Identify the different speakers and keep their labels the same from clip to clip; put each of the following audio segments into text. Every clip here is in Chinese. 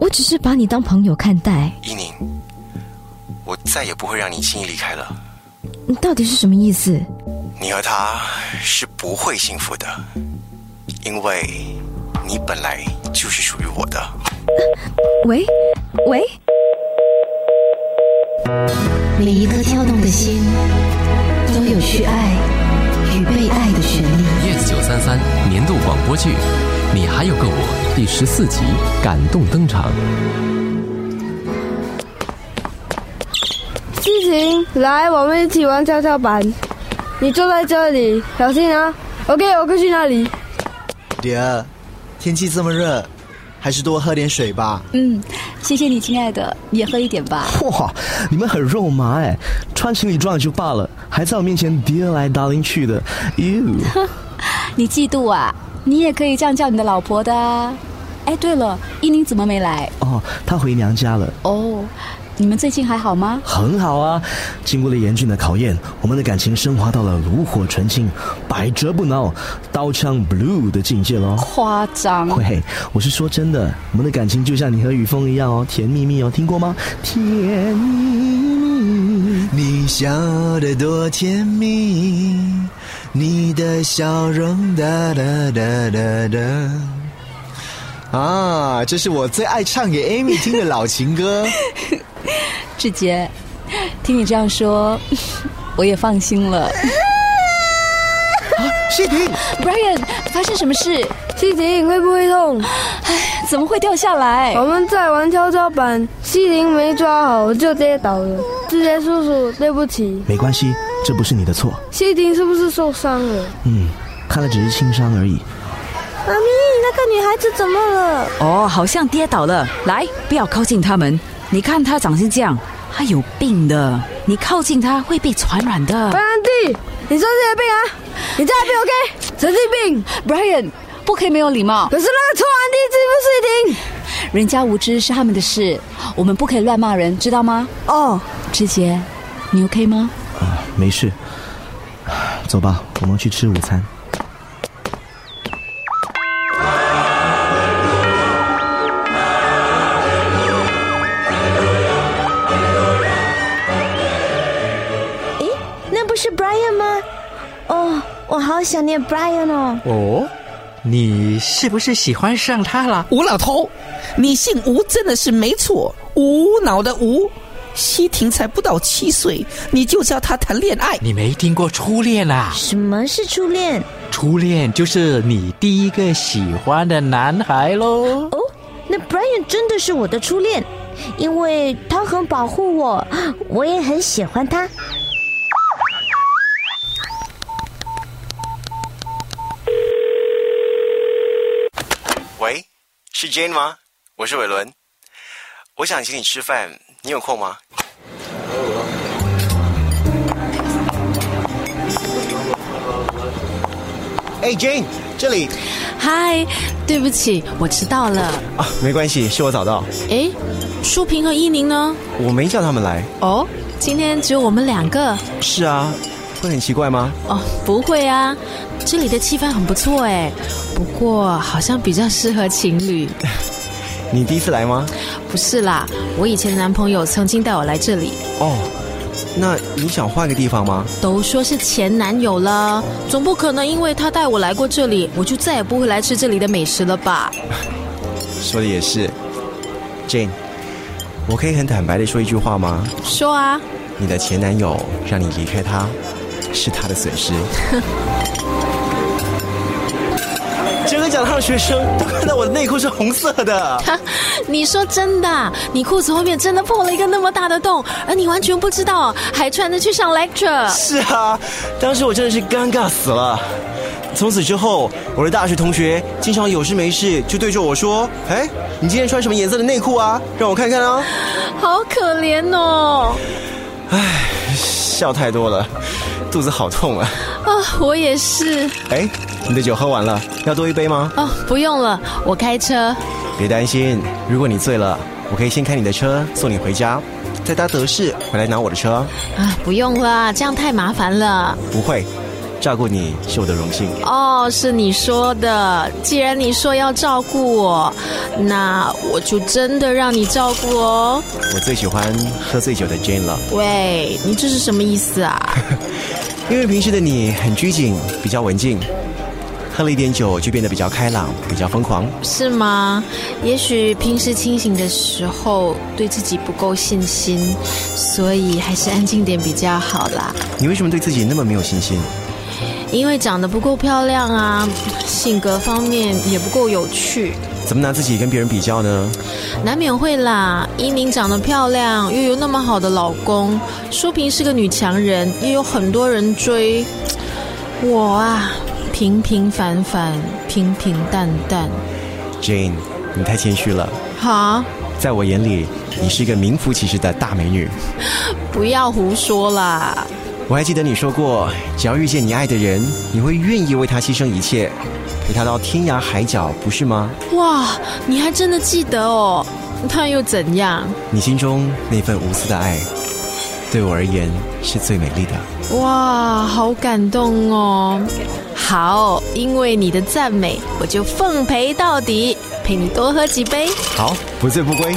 Speaker 1: 我只是把你当朋友看待。
Speaker 2: 依宁，我再也不会让你轻易离开了。
Speaker 1: 你到底是什么意思？
Speaker 2: 你和他是不会幸福的，因为你本来就是属于我的。
Speaker 1: 喂，喂，
Speaker 3: 每一颗跳动的心，都有去爱与被爱的权利。
Speaker 4: yes 九三三年度广播剧《你还有个我》第十四集感动登场。
Speaker 5: 激情，来，我们一起玩跷跷板。你坐在这里，小心啊！OK，我过去那里。
Speaker 6: 蝶儿，天气这么热，还是多喝点水吧。
Speaker 7: 嗯，谢谢你，亲爱的，你也喝一点吧。
Speaker 8: 哇，你们很肉麻哎！穿情侣装也就罢了，还在我面前跌来搭领去的，哟！
Speaker 7: 你嫉妒啊？你也可以这样叫你的老婆的啊。哎，对了，依宁怎么没来？
Speaker 8: 哦，他回娘家了，
Speaker 7: 哦，你们最近还好吗？
Speaker 8: 很好啊。经过了严峻的考验，我们的感情升华到了炉火纯青、百折不挠、刀枪 blue 的境界喽。
Speaker 7: 夸张，
Speaker 8: 喂，我是说真的，我们的感情就像你和雨枫一样哦，甜蜜蜜哦，听过吗？甜蜜蜜。
Speaker 6: 你笑得多甜蜜，你的笑容哒哒哒哒哒。啊，这是我最爱唱给 Amy 听的老情 歌。
Speaker 7: 志杰，听你这样说， 我也放心了。
Speaker 8: 谢婷，
Speaker 7: Brian，发生什么事？
Speaker 5: 西芹会不会痛？
Speaker 7: 怎么会掉下来
Speaker 5: 我？们在玩跷跷板，西芹没抓好就跌倒了。志杰叔叔，对不起，
Speaker 8: 没关系，这不是你的错。
Speaker 5: 西芹是不是受伤了？
Speaker 8: 嗯，看来只是轻伤而已。
Speaker 5: 妈咪，那个女孩子怎么了？
Speaker 9: 哦，好像跌倒了。来，不要靠近他们。你看他长成这样，他有病的。你靠近他会被传染
Speaker 5: 白
Speaker 9: 的。
Speaker 5: 兰地，哎你生这些病啊？你这病 OK？神经病！
Speaker 7: Brian，不可以没有礼貌，
Speaker 5: 可是那个臭安迪是不是西芹？
Speaker 7: 人家无知是他们的事，我们不可以乱骂人，知道吗？
Speaker 5: 哦，
Speaker 7: 志杰，你 OK 吗？
Speaker 8: 啊，没事。走吧，我们去吃午餐。
Speaker 10: 那不是 Brian 吗？哦，我好想念 Brian 哦。
Speaker 11: 哦，你是不是喜欢上他了？
Speaker 12: 吴老头，你姓吴真的是没错，无脑的吴。西婷才不到七岁，你就教她谈恋爱，
Speaker 11: 你没听过初恋啊？
Speaker 10: 什么是初恋？
Speaker 11: 初恋就是你第一个喜欢的男孩喽。
Speaker 10: 哦，那 Brian 真的是我的初恋，因为他很保护我，我也很喜欢他。
Speaker 2: 喂，是 Jane 吗？我是伟伦，我想请你吃饭，你有空吗？
Speaker 6: 哎，Jane，这里
Speaker 7: 嗨，对不起，我迟到了。
Speaker 6: 啊，没关系，是我早到，
Speaker 7: 哎，淑萍和依宁呢？
Speaker 6: 我没叫他们来。
Speaker 7: 哦，今天只有我们两个。
Speaker 6: 是啊，会很奇怪吗？
Speaker 7: 哦，不会啊，这里的气氛很不错哎。不过好像比较适合情侣。
Speaker 6: 你第一次来吗？
Speaker 7: 不是啦，我以前男朋友曾经带我来这里，
Speaker 6: 哦，那你想换个地方吗？
Speaker 7: 都说是前男友了，总不可能因为他带我来过这里，我就再也不会来吃这里的美食了吧？
Speaker 6: 说的也是，Jane，我可以很坦白的说一句话吗？
Speaker 7: 说啊，
Speaker 6: 你的前男友让你离开他，是他的损 失。整个讲堂的学生都看到我的内裤是红色的。
Speaker 7: 你说真的啊？你裤子后面真的破了一个那么大的洞，而你完全不知道，还穿着去上 lecture。
Speaker 6: 是啊，当时我真的是尴尬死了。从此之后，我的大学同学经常有事没事就对着我说：“哎，你今天穿什么颜色的内裤啊？让我看看啊
Speaker 7: 好可怜哦！！”
Speaker 6: 笑太多了，肚子好痛啊！
Speaker 7: 啊，我也是。
Speaker 6: 哎，你的酒喝完了，要多一杯吗？
Speaker 7: 哦，不用了，我开车。
Speaker 6: 别担心，如果你醉了，我可以先开你的车送你回家，再搭德士回来拿我的车。
Speaker 7: 啊啊，不用了，这样太麻烦了。
Speaker 6: 不会，
Speaker 8: 照顾你是我的荣幸。
Speaker 7: 哦，是你说的。既然你说要照顾我，那我就真的让你照顾哦。
Speaker 8: 我最喜欢喝醉酒的 Jane 了，
Speaker 7: 喂，你这是什么意思啊？
Speaker 8: 因为平时的你很拘谨，比较文静，喝了一点酒就变得比较开朗，比较疯狂。
Speaker 7: 是吗？也许平时清醒的时候对自己不够信心，所以还是安静点比较好啦。
Speaker 8: 你为什么对自己那么没有信心？
Speaker 7: 因为长得不够漂亮啊，性格方面也不够有趣，
Speaker 8: 怎么拿自己跟别人比较呢？
Speaker 7: 难免会啦。依宁长得漂亮，又有那么好的老公，淑萍是个女强人，也有很多人追。我啊，平平凡凡，平平淡淡。
Speaker 8: Jane，你太谦虚了，
Speaker 7: 好，
Speaker 8: 在我眼里，你是一个名副其实的大美女。
Speaker 7: 不要胡说啦。
Speaker 8: 我还记得你说过，只要遇见你爱的人，你会愿意为他牺牲一切，陪他到天涯海角，不是吗？
Speaker 7: 哇，你还真的记得哦？那又怎样？
Speaker 8: 你心中那份无私的爱，对我而言是最美丽的。
Speaker 7: 哇，好感动哦！好，因为你的赞美，我就奉陪到底，陪你多喝几杯。
Speaker 8: 好，不醉不归。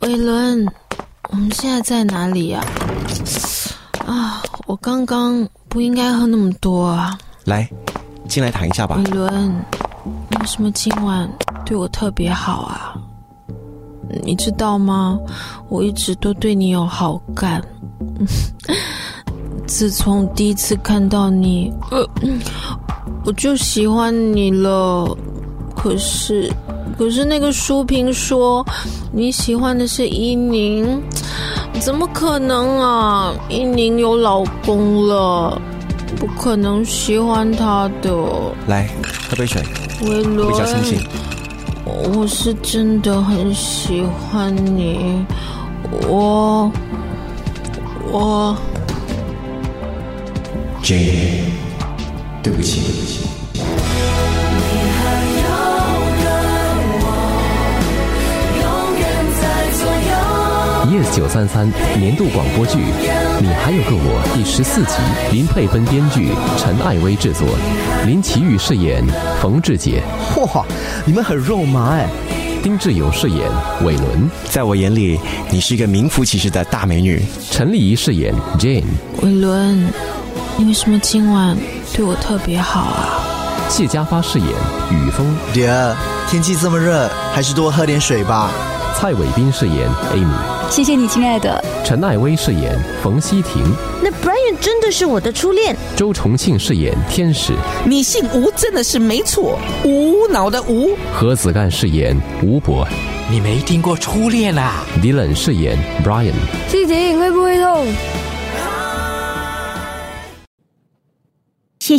Speaker 7: 伟伦，我们现在在哪里呀、啊？我刚刚不应该喝那么多啊。
Speaker 8: 来，进来躺一下吧
Speaker 7: 伟。伦，你为什么今晚对我特别好啊？你知道吗？我一直都对你有好感。 自从第一次看到你，呃，我就喜欢你了。可是，可是那个书评说你喜欢的是伊宁，怎么可能啊？伊宁有老公了，不可能喜欢他的。
Speaker 8: 来，喝杯水，
Speaker 7: 维伦，
Speaker 8: 比较清醒。
Speaker 7: 我是真的很喜欢你，我我
Speaker 13: Jane，对不起，对不起。
Speaker 4: Yes 九三三年度广播剧《你还有个我》第十四集，林佩芬编剧，陈艾薇制作，林奇玉饰演冯志杰，
Speaker 8: 哇，你 们很肉麻哎。
Speaker 4: 丁志友饰演伟伦，
Speaker 8: 在我眼里，你是一个名副其实的大美女。
Speaker 4: 陈丽仪饰演 Jane，
Speaker 7: 维伦，你为什么今晚对我特别好啊？
Speaker 4: 谢家发饰演雨峰，
Speaker 6: 爹，天气这么热，还是多喝点水吧。
Speaker 4: 蔡伟斌饰演 Amy，
Speaker 14: 谢谢你，亲爱的。
Speaker 4: 陈艾薇饰演冯希婷，
Speaker 10: 那 Brian 真的是我的初恋，
Speaker 4: 周重庆饰演天使，
Speaker 12: 你姓吴真的是没错，无脑的无。
Speaker 4: 何子干饰演吴博
Speaker 11: 你没听过初恋啊？
Speaker 4: ，Dylan 饰演 Brian。
Speaker 5: 细婷会不会痛？
Speaker 15: 谢